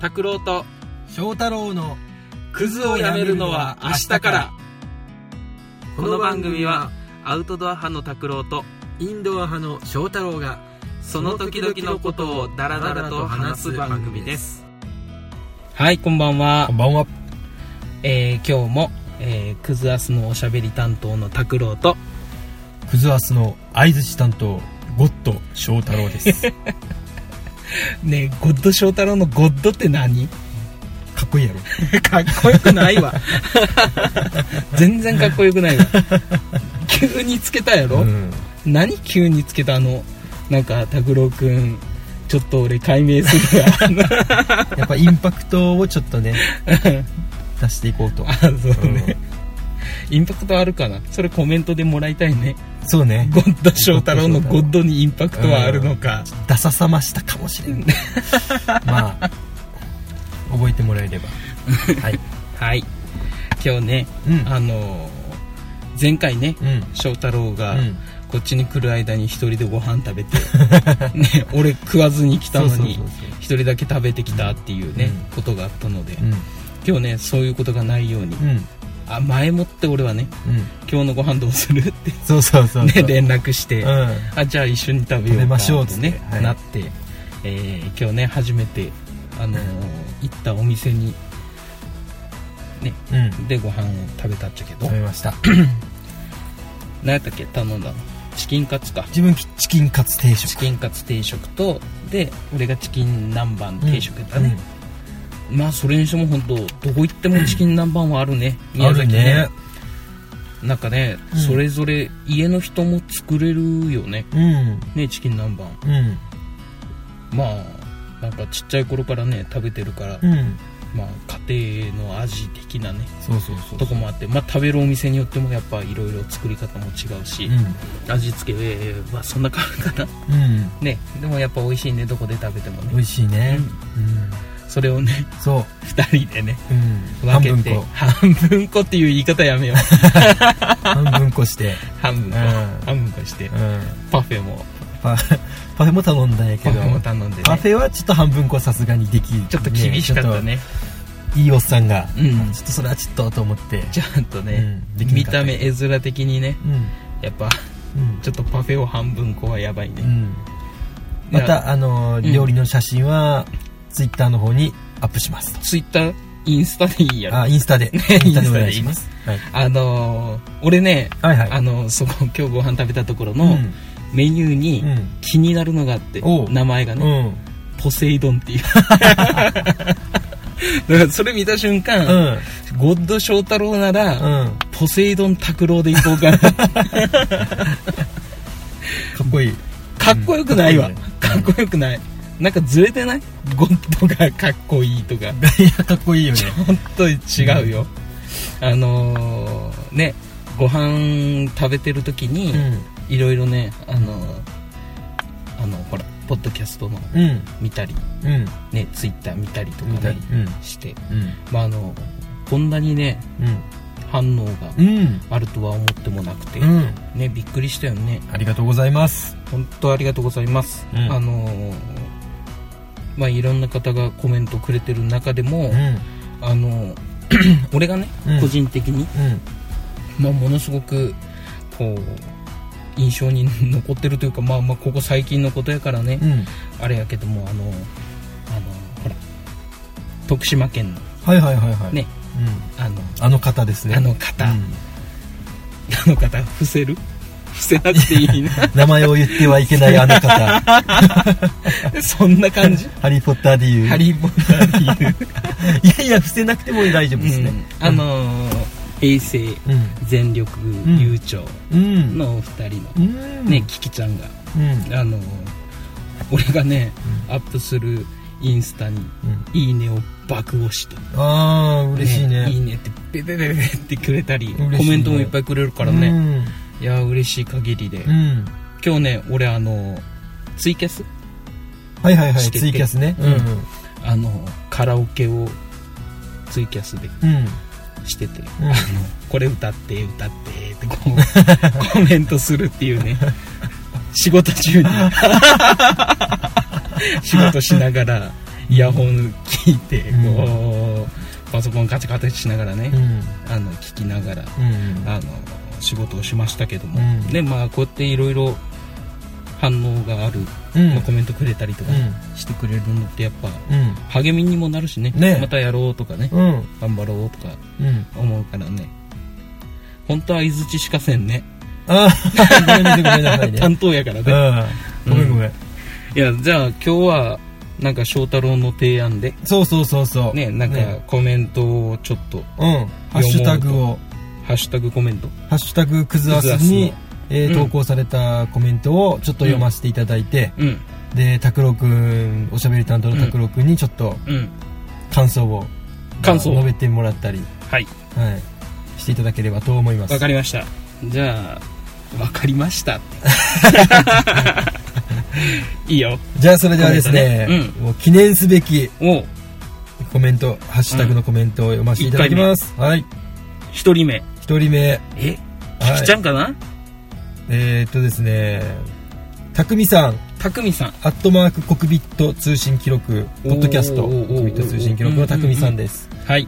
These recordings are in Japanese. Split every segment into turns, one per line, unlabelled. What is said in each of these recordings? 拓郎と
翔太郎の
クズをやめるのは明日からこの番組はアウトドア派の拓郎と
インドア派の翔太郎が
その時々のことをダラダラと話す番組ですはいこんばんは
こん、ばんは
えー今日も、えークズアスのおしゃべり担当の拓郎と
クズアスの相槌担当ゴッド翔太郎です
ねえゴッド翔太郎のゴッドって何
かっこいいや ろ
かっこよくない わ全然かっこよくないわ 急につけたやろ、
うん
何急につけたあのなんか拓郎くんちょっと俺解明するわ
やっぱインパクトをちょっ とね出していこうと
あ そうね、インパクトあるかなそれコメントでもらいたいね
うんそうね
ゴッド翔太郎のゴッドにインパクトはあるのか、
ダサさましたかも しれんまあ覚えてもらえ ればはい
はい今日ね、
うん
あのー前回ね
うん
翔太郎が、
うん
こっちに来る間に一人でご飯食べ て、ね、俺食わずに来たのに
そうそうそう
一人だけ食べてきたっていうね、
うん
ことがあったので、
そう
今日ねそういうことがないように、
うんうん
あ前もって俺はね
うん
今日のご飯どうするって
そうそうそうそ
ね
う
連絡して、
うん
あじゃあ一緒に食べようか
食べましょうっつ
と
って
ね、
はい
なって、えー今日ね初めて、あのー行ったお店に
うん
でご飯を食べたっちゃけど、
食べました
何やったっけ頼んだのチキンカツか
自分きチキンカツ定食
チキンカツ定食とで俺がチキン南蛮定食だね、まあそれにしても本当どこ行ってもチキン南蛮はあるね、
うん
宮
ある
崎
ね
なんかね、
うん
それぞれ家の人も作れるよね
うん
ねチキン南蛮
うん
まあなんかちっちゃい頃からね食べてるから、
うん
まあ家庭の味的なね
そうそうそう
とこもあって、まあ、食べるお店によってもやっぱいろいろ作り方も違うし、
う
味付けはそんな変わるかな
んうん
ねでもやっぱ美味しいねどこで食べても
美
ね
味しいねうん
それをね
そう
2人でね
うん
分
半
け
分
て
こ
半分こっていう言い方やめよう
半分こして
半分こ、
うん
半分こして
うん
パフェも
パパフェも頼んだんやけ
パ
ど
フェも頼んでね
パフェはちょっと半分こさすがにでき
ちょっと厳しかったね
ちょっといいおっさんが
うん
ちょっとそれはちょっとと思って
ちゃんとね、
うんできな
見
かった
た目絵面的にね
うん
やっぱ
うん
ちょっとパフェを半分こはやばいね、
うんま
いや
たあの
ん
料理の写真はツイッターの方にアップします
ツイッターインスタでいいやろ
あインスタ でインスタでお願いしますはい
あのー俺ね、
はいはい
あのーそこ今日ご飯食べたところ
う
の
ん
メニューに
うん
気になるのがあって、
おう
名前がね、
うん
ポセイドンって いうだからそれ見た瞬間、
うん
ゴッド翔太郎なら、
うん
ポセイドン拓郎でいこうか な
かっこいい
かっこよくないわ、
うん
かっこよくないなんかずれてないゴッドがかっこいいとか
いやかっこいいよね
本当に違うよ、あのーねご飯食べてる時に、
う
いろいろねあのあのほらポッドキャストの
んうん
見たり
うん
ねツイッター見たりとか
みたい
ね
うん
して
うん
まああのこんなにね反応が
うん
あるとは思ってもなくて、
うん
ねびっくりしたよね
ありがとうございます
本当ありがとうございます、
うん
あのまあいろんな方がコメントくれてる中でも、
うん
あの 俺がね、
うん
個人的に、
うん
まあ、ものすごくこう印象に残ってるというか、まあ、まあここ最近のことやからね、
うん
あれやけどもあのあのほら徳島県の
はいはいはいはい
ね
うん
あの
あの方ですね
あの方、
う
あ
ん
の方伏せる伏せなくていいな
名前を言ってはいけないあ の方
そんな感じ
ハリー・ポッターで言う
ハリー・ポッターっていう
いやいや伏せなくても大丈夫ですね
うんあのー平成
うん
全力悠長
うん
のお二人の、
うん
ねキキちゃんが
うん
あのー俺がね、アップするインスタに
うん
「いいね」を爆押しと
ああ嬉しいね
いいねってベベベベベってくれたり、
嬉しいね
コメントもいっぱいくれるからね、
ね
いやー嬉しい限りで、
うん
今日ね俺あのツイキャス
はいはいはい
してて
ツイキャスね
うんあのカラオケをツイキャスで
うん
してて、
うん
あのこれ歌って歌ってってこ うコメントするっていうね仕事中に仕事しながらイヤホン聞いて
うん
こうパソコンカチカチしながらね
うん
あの聞きながら
うん
あの仕事をしましたけども、
うん
ねまあこうやっていろいろ反応がある、
うん
まあコメントくれたりとか
う
してくれるのってやっぱ
ん
励みにもなるしね
ね
またやろうとかね
うん
頑張ろうとか
うん
思うからね本当は相づちしかせんね
あーごめんなさいごめんなさいね
担当やからね、
うんごめんごめん
いやじゃあ今日はなんか翔太郎の提案で
そうそうそうそう
ねなんかコメントをちょっと、
うんハッシュタグを
ハッシュタグコメント
「ハッシュタグクズアス
クズアス
に
の」
えー
うん
投稿されたコメントをちょっと読ませていただいて、
うん
で拓郎くんおしゃべり担当の拓郎くんにちょっと
うん
感想を
感想
まあ述べてもらったり、
はい
はい、していただければと思います
わかりましたじゃあわかりましたって いいよ
じゃあそれではですね
コメントね
もう記念すべき
おう
コメントハッシュタグのコメントを読ませていただきます、はい
一人目
一人目
え
はい
菊ちゃんかな、
えー、っとですねたくみさん
たくみさん
アットマークコクビット通信記録ポッドキャスト
お
コ
ーおーおー
クビット通信記録のたくみさんです
はい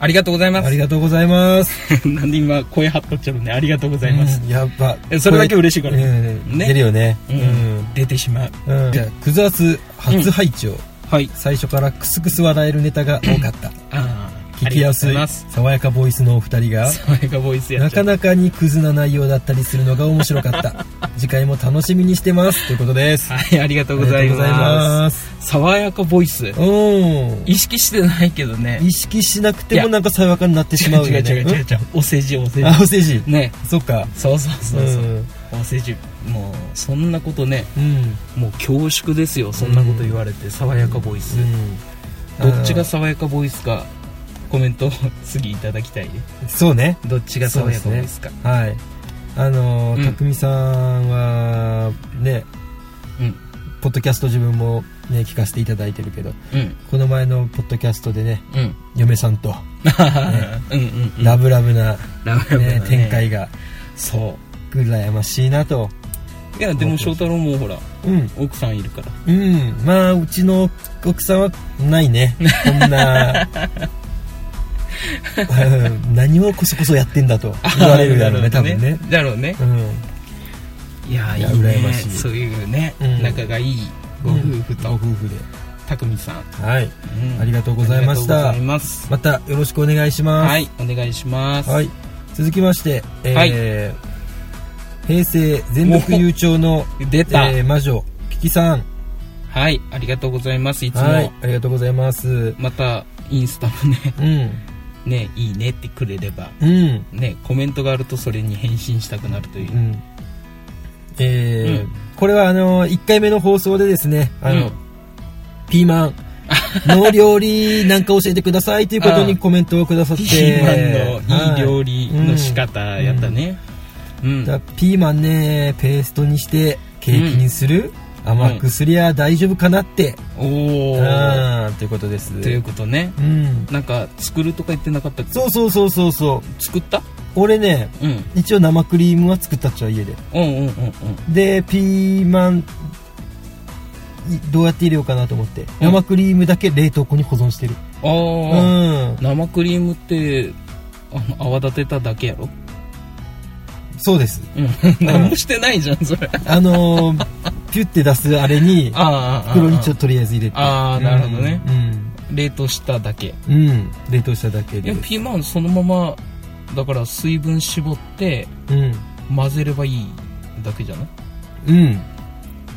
ありがとうございま
あり
す
がとうございます、
なんで今声張っとっちゃうのねありがとうございます、
うんやっぱ
えそれだけ嬉しいから
声うん
ね
出るよね
うん出てしまう
うん、うんじゃあクズアス初配置を、
はい
最初からクスクス笑えるネタが多かった
あー
聞きやす
あ
い
りがとう
爽やかボイスのお二人
ござい
が
ます爽やかボイスや
な
っちゃ
か
う
なかにクズな内容だったりするのが面白かった 次回も楽しみにしてますということですあ
はいありがとう
り
ございます
す
爽やかボイス
うん
意識してないけどね
意識しなくてもなんか爽やかになってしまうよね
違う違う違う違うお世辞お世
うん
辞
あお世辞
ね
そっか
そうそうそうそう、
ん
お世辞もうそんなことね
うん
もう恐縮ですよそんなこと言われて、爽やかボイス、どっちが爽やかボイスかコメント を次いただきたいね
そうね
どっちが爽やかボイスか
はいあの
うん
たくみさんはねポッドキャスト自分もね聞かせていただいてるけど
うんうん
この前のポッドキャストでね
うん
嫁さんと
うんうんうん
ラブラブな、
ラブラブだ
ね
ね
展開が
そ
羨ましいなと
ういやでも翔太郎もほら
うん
奥さんいるから
うんまあうちの奥さんはないねこんな うん何をこそこそやってんだと言わ れるだろうね多分ね
だろうね
うん
いや
いや
いいね
羨ましい
そういうね、
うん
仲がいいご夫婦
ご
と
夫婦で
匠さん、
はい
うん
ありがとうございました
ありがとうございます
またよろしくお願いします
はいお願いします
はい続きまして、えー
はい
平成全力悠長の、
出
え
た、
ー魔女キキさん
はいありがとうございますいつも、
はいありがとうございます
またインスタもね
うん
ねいいねってくれれば
うん
ねコメントがあるとそれに返信したくなるという、
うんえー
うん
これはあの1回目の放送でですねあの、
うん
ピーマ ンの料理なんか教えてくださいということ
あ
に
あ
コメントをくださって
ピーマンのいい料理の仕方
はい
やったねうん、
だからピーマンねペーストにしてケーキにする、甘くすりゃ大丈夫かなって、
おお
あーということです
ということね
うん、
なんか作るとか言ってなかったっけ
そうそうそうそうそう
作った
俺ね
うん
一応生クリームは作ったっちゃ家で
うんうんうんうん
でピーマンいどうやって入れようかなと思って、生クリームだけ冷凍庫に保存してる
あ
う
あ、
ん
生クリームってあの泡立てただけやろ
そうです
うん何もしてないじゃんそれ
あのー ピュッて出すあれに
ああ
袋にちょっととりあえず入れて
あーなるほどね
うん
冷凍しただけい
うん、うん冷凍しただけで
やピーマンそのままだから水分絞って
うん
混ぜればいいだけじゃない
うん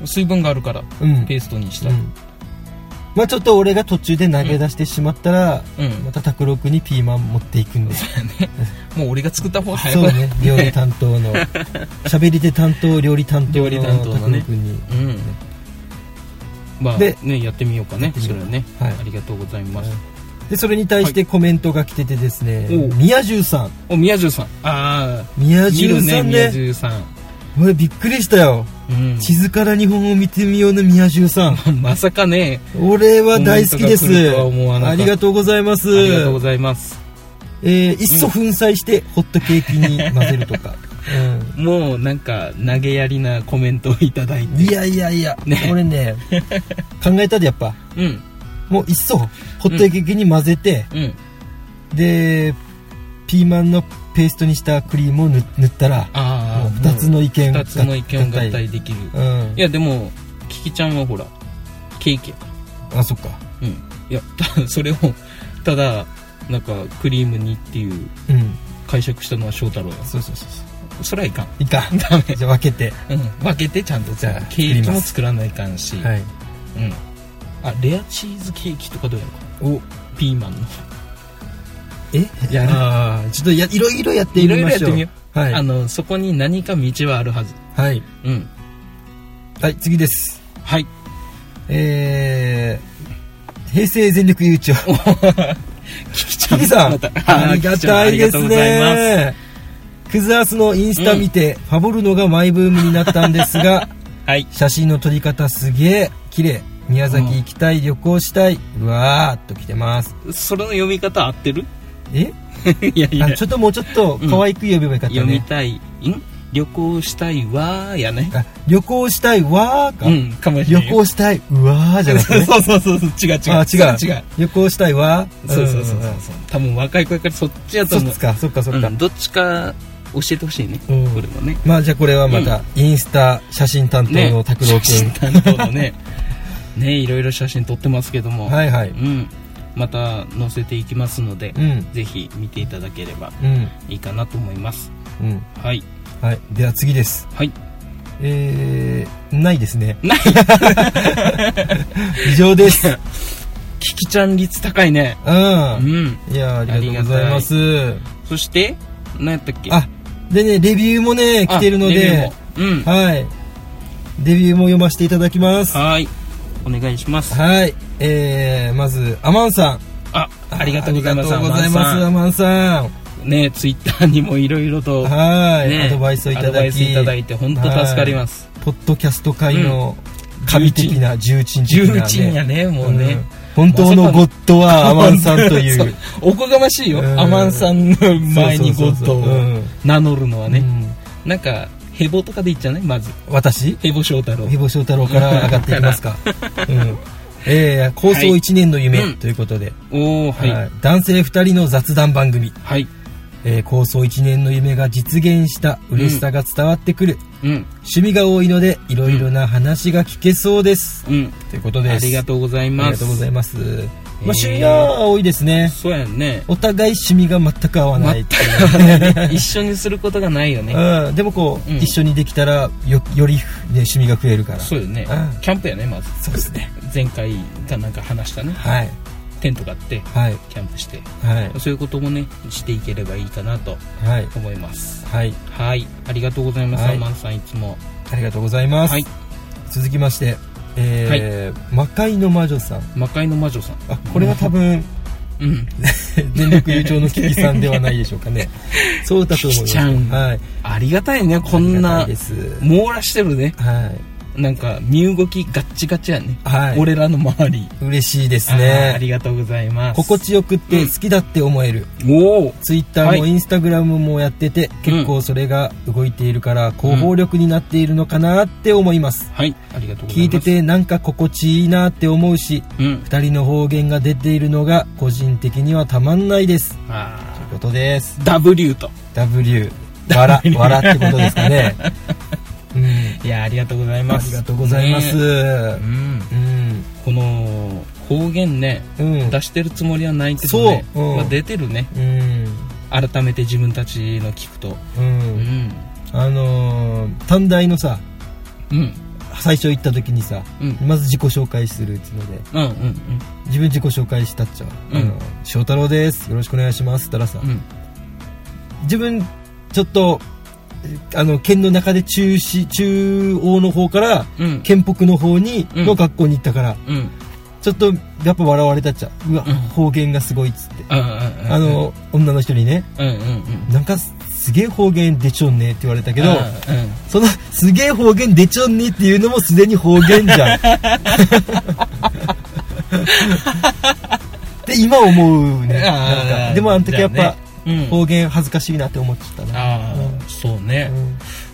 水分があるから
うん
ペーストにした
う
うん
んまあちょっと俺が途中で投げ出してしまったら、
うん
また拓郎君にピーマン持っていくん です
もう俺が作った方が早
そう
くない
ね料理担 当の喋り手担当料理担当
料理担当の
の拓郎
ね
君に、
うんまあ
で
ねやってみようかね
み
そ
よう
れはね
はい
ありがとうございます
でそれに対してコメントが来ててですね、
おう
宮中さん
お宮中さんああ
宮
見
中
る
さ
ね
ん
宮
ね
中さん
俺びっくりしたよ、
うん
地図から日本を見てみようの宮中さん
まさかね
俺は大好きで
コメン
す
トが来るとは思わなか
あ
った
りがとうございます
ありがとうございます
えー、いっそ粉砕してホットケーキに混ぜるとか、うん
もうなんか投げやりなコメントをいただいて
いやいやいや、
ね
俺ね考えたでやっぱ
うん
もういっそホットケーキに混ぜて、
うん
でピーマンのペーストにしたクリームを塗塗ったら
ああ
もう二つの意見
2つの意見を合体できる
うん
いやでもキキちゃんはほらケーキやから
あそっか
うんいやたそれをただなんかクリームにっていう
うん
解釈したのは翔太郎だ
そうそうそうそう
それはいかん
いいか
ダメ
じゃあ分けて
うん、分けてちゃんと
じゃあ
ケーキも作らないかんし、
はい
うん、あレアチーズケーキとかどうやろう
お
かピーマンの
え
やる
ああちょっとやいろいろやってみま
いろ
しょう
いろやってみよ
うはい
あのそこに何か道はあるはず
はい、
うん
はい、次です
はい
えー、平成全力優勝
キキち
キキさん
また
ありがたいです
ありがとうござい
ねクズアスのインスタ見て、ファボるのがマイブームになったんです が
ますはい
写真の撮り方すげえ綺麗宮崎行きたい、旅行したいうわーっと来てます
それの読み方合って る
え
いやいや
あちょっともうちょっと可愛く呼べばよかった
読み
ね、
たいん旅行したいわーやね
あ旅行したいわーか、
うんかもしれ
旅
ない
行したいうわーじゃなくて、ね、
そうそうそうそう違う違う
あ違う
違う
旅行したいわー
そうそうそうそうん
んん
多分若い子やからそっちやと
そ
思
っ
う
ちかそっかそっか、
うん、どっちか教えてほしいね、
うん
これもね
まあじゃあこれはまたインスタ写真担当
ね
の拓郎
写真担当の ねねいろいろ写真撮ってますけども、
君はいは
う
い
ん、また載せていきますので
う、ん
ぜひ見ていただければ
うん
いいかなと思います
うん
はい
はいでは次です
はい
えー、ないですね
ない
以上ですうん
キキちゃん率高いねうん
いやーありがとうございます
そして何やったっけ
あでねレビューもね来てるの
あレビュ
で
ーもうん
はいレビューも読ませていただきますは
はーいお願いします
いえー、まずアマンさん
あありがとうございます
ありがとうございます
ア
ア
マン
マンさん
さんねツイッターにもいろいろと
はい、
ね
アドバイスをいた
アドバ
だ
イスい
き
ただいて本当助かります
ポッドキャスト界の神的な重鎮的な、
重
ね、
鎮やねもうね、
うん本当のゴッドはアマンさんとい
そううおこがましいよ、
うん
アマンさんの前にゴッド
そうそうそうそうう
を
ん
名乗るのはね、
うん
なんかヘボとかでいいんじゃないまず
私
ヘボ翔太郎
ひぼ翔太郎から上がっていきますか、うんえー、構想1年の
は
夢
い
ということで、
おおはいは、
はいい男性2人の雑談番組、えー、構想1年の夢が実現した嬉しさが伝わってくる、
うん
趣味が多いのでいろいろな話が聞けそうです、
うん
ということで
あ
す
りがとうござい
あ
ま
りが
す
とうございます。まあ、趣
え
味
ー
が多いですね。
そうやんね
お互い趣味が全く合わないっていう
一緒にすることがないよね、
うん、でもこう、
うん
一緒にできたらよより、ね、趣味が増えるから
そうよね、
うん
キャンプやねまず
そうですね
前回がなんか話したね
はい
テント買って
はい
キャンプして
はい
そういうこともねしていければいいかなと
はい
思います
はい
はいありがとうございます、
はい
アマンさんいつも
ありがとうございます、
はい
続きましてえー魔界の魔女さん
魔界の魔女さん
あこれは多分
うん
全力優勝のキキさんではないでしょうか ねそうだと思いま
キキ
す
ちゃん
はい
ありがたいねこん
あ
な
りがたいです
網羅してるね
はい
なんか身動きガッチガチやね、
はい
俺らの周り
嬉しいです
あーあ
ね
りがとうございます
心地よくって
うん
好きだって思える、
おお
ツイッター
は
も
い
インスタグラムもやってて、結構それが動いているから広報力になっているのかなって思います、
はいありがとうございます
聞いててなんか心地いいなって思うし
うん
2人の方言が出ているのが個人的にはたまんないです
あ
ということです
ー W と
W わらわらってことです かねうん
いやありがとうございま
あ
す
りがとうございます、
ねうん
うん
この方言ね
うん
出してるつもりはないけどね、
そううん
まあ、出てるね
うん
改めて自分たちの聞くと
う
うんん
あのー短大のさ
うん
最初行った時にさ
うん
まず自己紹介するっていうので
うんうん
自分自己紹介したっちゃ
う
う、
ん
あの翔太郎ですよろしくお願いしますって言ったら
うんう
さ、
ん
自分ちょっとえあの県の中で中市中央の方から
うん
県北の方に
うん
の学校に行ったから、
うん
ちょっとやっぱ笑われたっちゃううわ、
うん
方言がすごいっつって、
あ
あの女の人にね
うんうんうん
なんかすげえ方言出ちょんねって言われたけど、
うんうん
そのすげえ方言出ちょんねっていうのもすでに方言じ ゃんって今思うね
あー
なんかでもあの時やっ
じゃあね
ぱ
うん
方言恥ずかしいなって思っちゃったな
ああ、そうね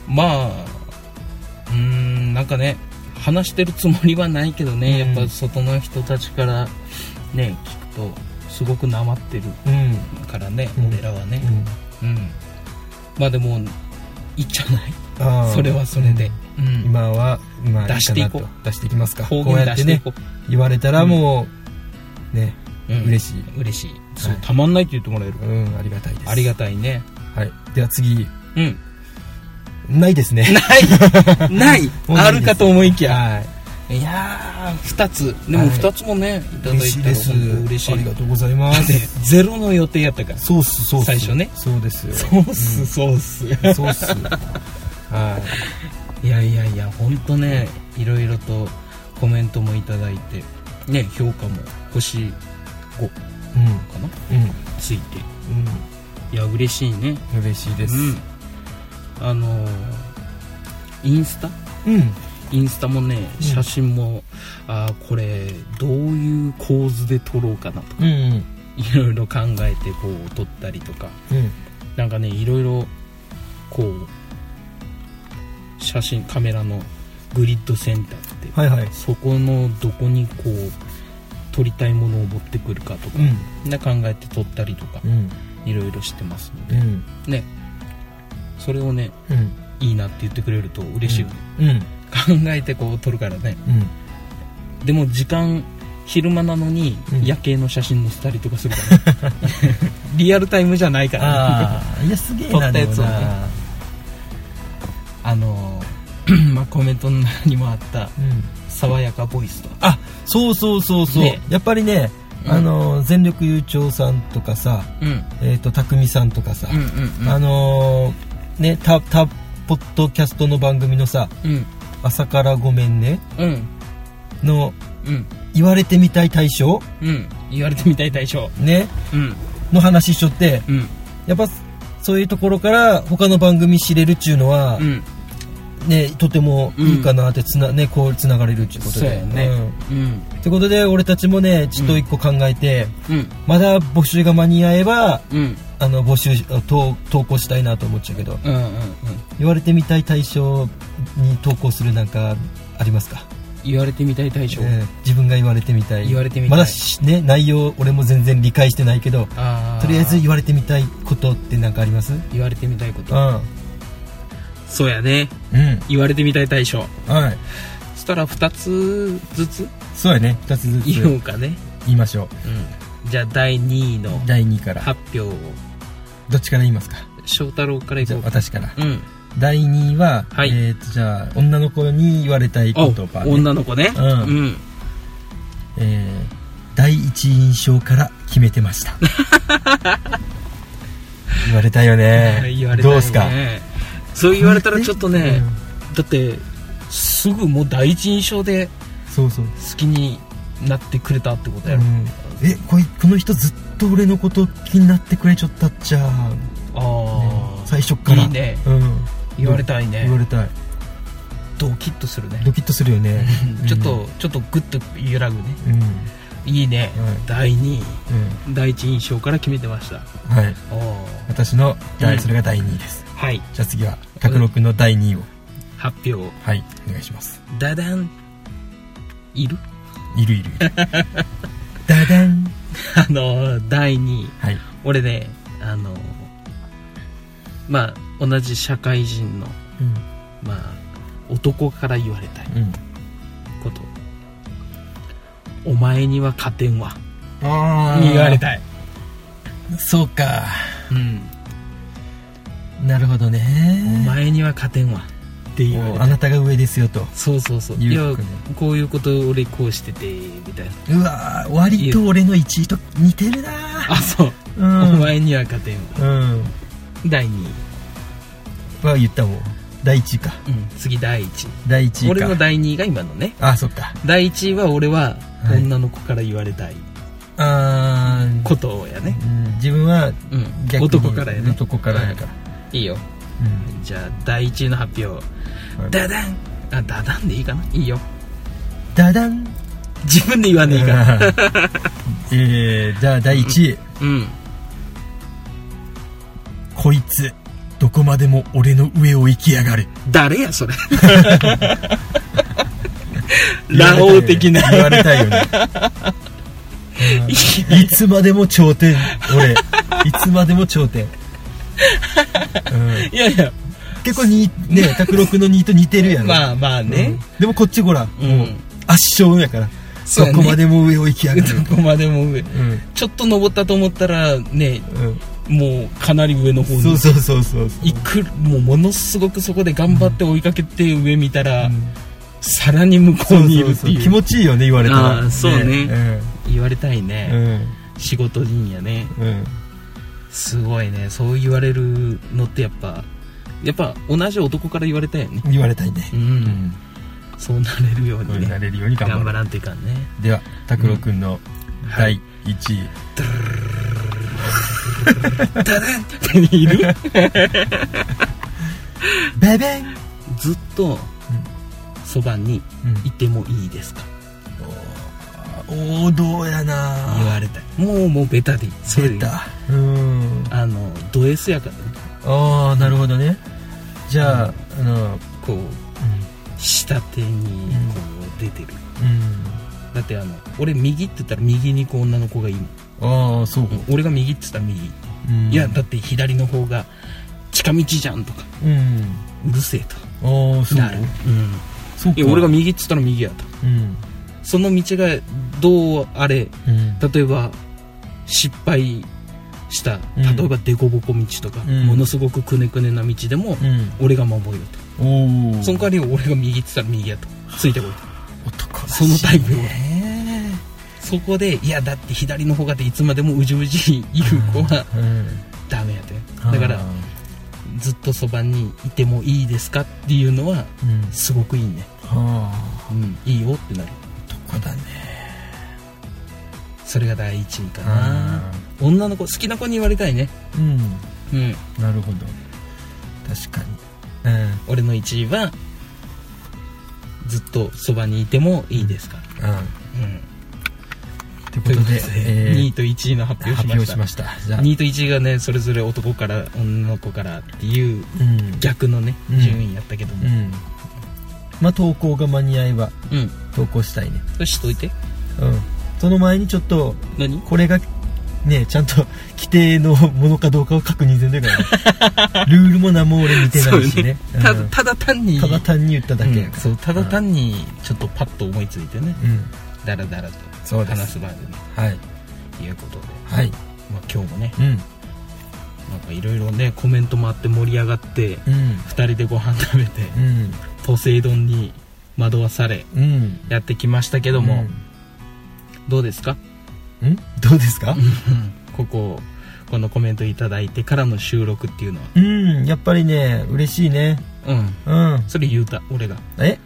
う、ん
まあうーんなんかね話してるつもりはないけどね、
うん
やっぱ外の人たちからね聞くとすごくなまってる
うん
からね、
うん
俺らはねうん、まあでもいいんじゃない
あー
それはそれで、うん
今はまあ
出していこう
いかなと出していきますか
方
こう
言
や
出
って
してい
ね
こ
言われたらもうね
う、うん
嬉しい
嬉しいそう、
はい
たまんないって言ってもらえる
うんありがたいです
ありが
と
たいね
うはいでは次
うん
ないですね
ないない
もう な
あ
いです
るかと思いきや
はい
いやー2つでも
はい
2つもね、い、ただい
嬉しい
た
で
ら
す
本当嬉しい
ありがとうございま
だって
す
ゼロの予定やったから
そうっすそうっす
最初ね
そうですよ
そうっす、そうっす。
そうっすはい
やいやいや、ほんとね、いろいろとコメントもいただいて、ね、評価も星5
いうん
かな
う
ついて。
ん
いや、嬉しいね。
うん嬉しいです
うん。あのーインスタ
うん
インスタもね、
うん
写真も、あーこれ、どういう構図で撮ろうかなとか、
うんうん
いろいろ考えてこう撮ったりとか、
うん
なんかね、いろいろ、こう、写真、カメラのグリッドセンターって、
はいはい
そこのどこにこう撮りたいものを持ってくるかとか、
うん
ね考えて撮ったりとか
うん
いろいろしてますので、
うん
ねそれをね
うん
いいなって言ってくれると嬉しいよね、
うん
考えてこう撮るからね
うん
でも時間昼間なのに
うん
夜景の写真載せたりとかするから、ねリアルタイムじゃないから、ね、
ああいやすげえ
撮っ
な
た
で
や
も
つをね
な
あのまあコメントの中にもあった
うん
爽やかボイスと
あそうそうそうそう
ね
やっぱりね
うん
あの全力悠長さんとかさ
うん
えっと匠さんとかさ
うんうん
あのーねたたポッドキャストの番組のさ
うん
「朝からごめんね
うんうん」
の
うん
言われてみたい対象
うん言われてみたい大将
ね
うん
の話しちょって
うん
やっぱそういうところから他の番組知れるっちゅうのは、
うん
ねとてもいいかなってつな、ねこうつながれるっちゅうこと
そう
で
やね
うん
うん
ってことで俺たちもねちょっと一個考えて、
うん
まだ募集が間に合えば
うん
あの募集あ投投稿したいなと思っちゃうけど
うんうんうん
言われてみたい対象に投稿するなんかありますか、
言われてみたい大将、
えー自分が言われてみたい
言われてみたい
まだしね内容俺も全然理解してないけど
あー
とりあえず言われてみたいことってなんかありますうん
言われてみたいことそうやね
うん
言われてみたい大将
はい
そしたら2つずつ
そうやね2つず
言おうかね
言いましょ
うんじゃあ第2位の
う第2位から
発表を
どっちから言いますか
翔太郎からいこうか
私から
うん
第2位は、
はい
えっ、とじゃあ女の子に言われたい
あ
言葉、ね、
女の子ね
うん
うん
えー第一印象から決めてました 言われたよ ね
言われたよ
ど
ね
うすか
そう言われたらちょっとね
う
だってすぐもう第一印象で
んそうそう、
好きになってくれたってこと
う
やろ、
ん、えこいこの人ずっと俺のこと気になってくれちょったっちゃ
ああ、
最初っから
いいね
うん、
言われたい
言わ
ね
れたい
ドキッとするね
ドキッとするよね
ちょっとちょっとグッと揺らぐね
うん、うん
いいね、
はい
第2位第一印象から決めてました
うんはい
おー
私の第、
うん
それが第2位です
はい
じゃあ次は拓郎君の第2位を
発表
はいお願いします
ダダンいる
いるいるいるダダン
あの第2位
はい
俺ねあのまあ同じ社会人の
う
まあ男から言われたい
んうん
ことお前には勝てんわ
あ
言われたい
そうか
うん
なるほどね
お前には勝てんわって言われ
あ
た
なたが上ですよと
そうそうそうい
言
や
うかね
こういうこと俺こうしててみたいな
うわー割と俺の1位と似てるな
あそう、お
う
前には勝てんわ
うん
第2位、
は言ったもん第1位か
うん、次第1
第1
位
位
俺
か
の第2位が今のね
あそっか
第1位は俺は
はい
女の子から言われたい
あー
ことやね、
うん自分は
うん
逆に
男からやね
男からやから、
いいよじゃあ第1位の発表
うん
ダダンあダダンでいいかないいよ
ダダン
自分で言わねえから
えー、じゃあ第1位、
うん
こいつどこま でも俺の上を行きやがる
誰やそれラオウ的な
言われたいよねうんいつまでも頂点俺いつまでも頂点、うん、
いやいや
結構にね拓六の2と似てるやろ、
まあまあね、
うんでもこっちほら、
うん
もう圧勝やから
そ
そう
やね
こ までも上を行き上がる、
どこまでも上
うん
ちょっと登ったと思ったらね
うん
もうかなり上の方
そう
に
そうそうそうそう
いくもうものすごくそこで頑張って追いかけて上見たら、
うん
さらに向こ
そうう
にい
そ
る
う
って
そう
いう
気持ちいいよね言われた
あ
ら
ーそうね
ね
言われたい
うん
ね、仕事人やね
うんうん
すごいねそう言われるのってやっぱやっぱ同じ男から言われたよね
言われたいね
うん、
うん
そうなれるようにね
なれるように頑張
頑
る
張らんといかんね
では拓郎くんの第1位、
い る
ベベン、
ずっとそばにいてもいいですか
王道やな
言われたいもうもうベタでいいそれでいい
出たうん
あのド S やから
ああなるほどねじゃあ、あの
こう下手にこう出てる、
う
だってあの俺右って言ったら右にこう女の子がいる
ん、うん、ああそうか、
俺が右って言ったら右、
うん、
いやだって左の方が近道じゃんとか
うん
うるせえと
ああそう
なる、うん、
そうか
いや俺が右っつったら右やと
うん
その道がどうあれ
うん
例えば失敗した
うん
例えば凸凹道とか、
うん
ものすごくくねくねな道でも、俺が守るよと
うんおお
その代わり俺が右っつったら右やとついてこい と
男らしい
そのタイプよ
ね
そこでいやだって左の方がでいつまでもうじうじ言う子は
うん
ダメやとだから
あ
ずっとそばにいてもいいですかっていうのは
ーうん
すごくいいね、
はあ
うん、いいよってなる
男だね
それが第一位かな女の子好きな子に言われたいね
うん
うん
なるほど確かにうん
俺の1位はずっとそばにいてもいいですか、
うん
うん、
という
と
こ
いう
と
ことで
で、え
2
ー
位と1位の発表し
発
まし
表
た
しましたじゃあ
2位と1位がねそれぞれ男から女の子からっていう
うん
逆のね
うん
順位やったけど
う
も
んまあ投稿が間に合えば
うん、
投稿したいね
それしといて
うんその前にちょっと
何
これがねちゃんと規定のものかどうかを確認せんといから ルールも何も俺見てないしね
そうただ
うん
ただ単に
ただ単に言っただけ
うんそうただ単にちょっとパッと思いついてね
うん、
ダラダラ
そ
と
うです
話す場合でね
はい
いうことで、
はい
まあ、今日もね
うん
なんかいろいろねコメントもあって盛り上がって
うん
2人でご飯食べて
うん
ポセイドンに惑わされ
うん
やってきましたけども、どうですか
うんんどう ですか
こここのコメントいただいてからの収録っていうのは
うんやっぱりね嬉しいね
うん
うん
それ言うた俺 が
え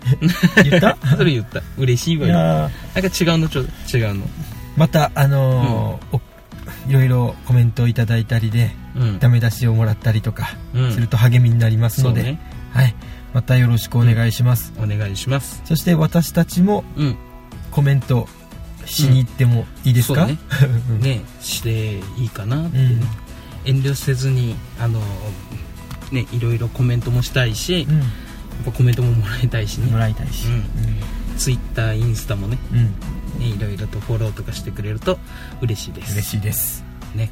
言った
それ言った嬉しい
い
わよなん
やー
か違うのちょ違うの
またあのーおいろいろコメントをいただいたりで
うん
ダメ出しをもらったりとか
うん
すると励みになります
そう
ので、
ね
はい、またよろしくお願いします、
お願いします
そして私たちも
うん
コメントしに行ってもいいですか、
うん
うん
ねしていいかなって
う
ね、
ん
遠慮せずにあのねいろいろコメントもしたいし、やっぱコメントももらいたいし
うんも
ね、
らいたいし、
う
う
ツイッターインスタもね
んうん
ねいろいろとフォローとかしてくれると嬉しいです
嬉しいです、
ね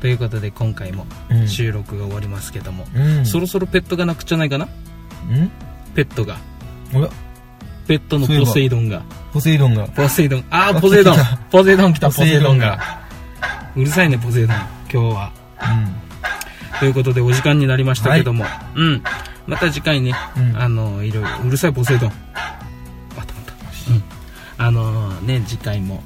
ということで今回も
うん
収録が終わりますけども、
うん、
そろそろペットがなくちゃないかな
うん
ペットが
おや
ペットの
そういえ
ポ
ば
セイドンが
ポセイドンが
ポセイドンああ
あ
ポセイドン
来た
ポセイドン来たポ
ポ
セ
セ
イ
イ
ド
ド
ン
ン
が
が
うるさいねポセイドン今日はということでお時間になりましたけども、うんまた次回ね、
うん
あのいろいろうるさいポセイドンまたまたうんあのね次回も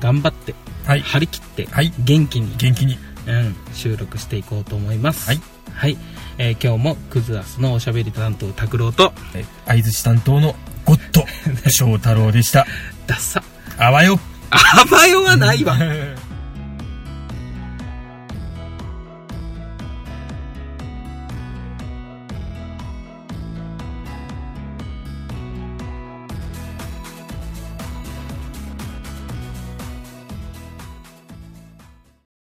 頑張って
うんはい
張り切って、
はい
元気に、
元気に
うん、収録していこうと思います
はい、
はいえー今日もクズアスのおしゃべり担当拓郎と
え相槌担当のゴッド翔太郎でした
ダッサ
あわよ
あばよはないわ
うん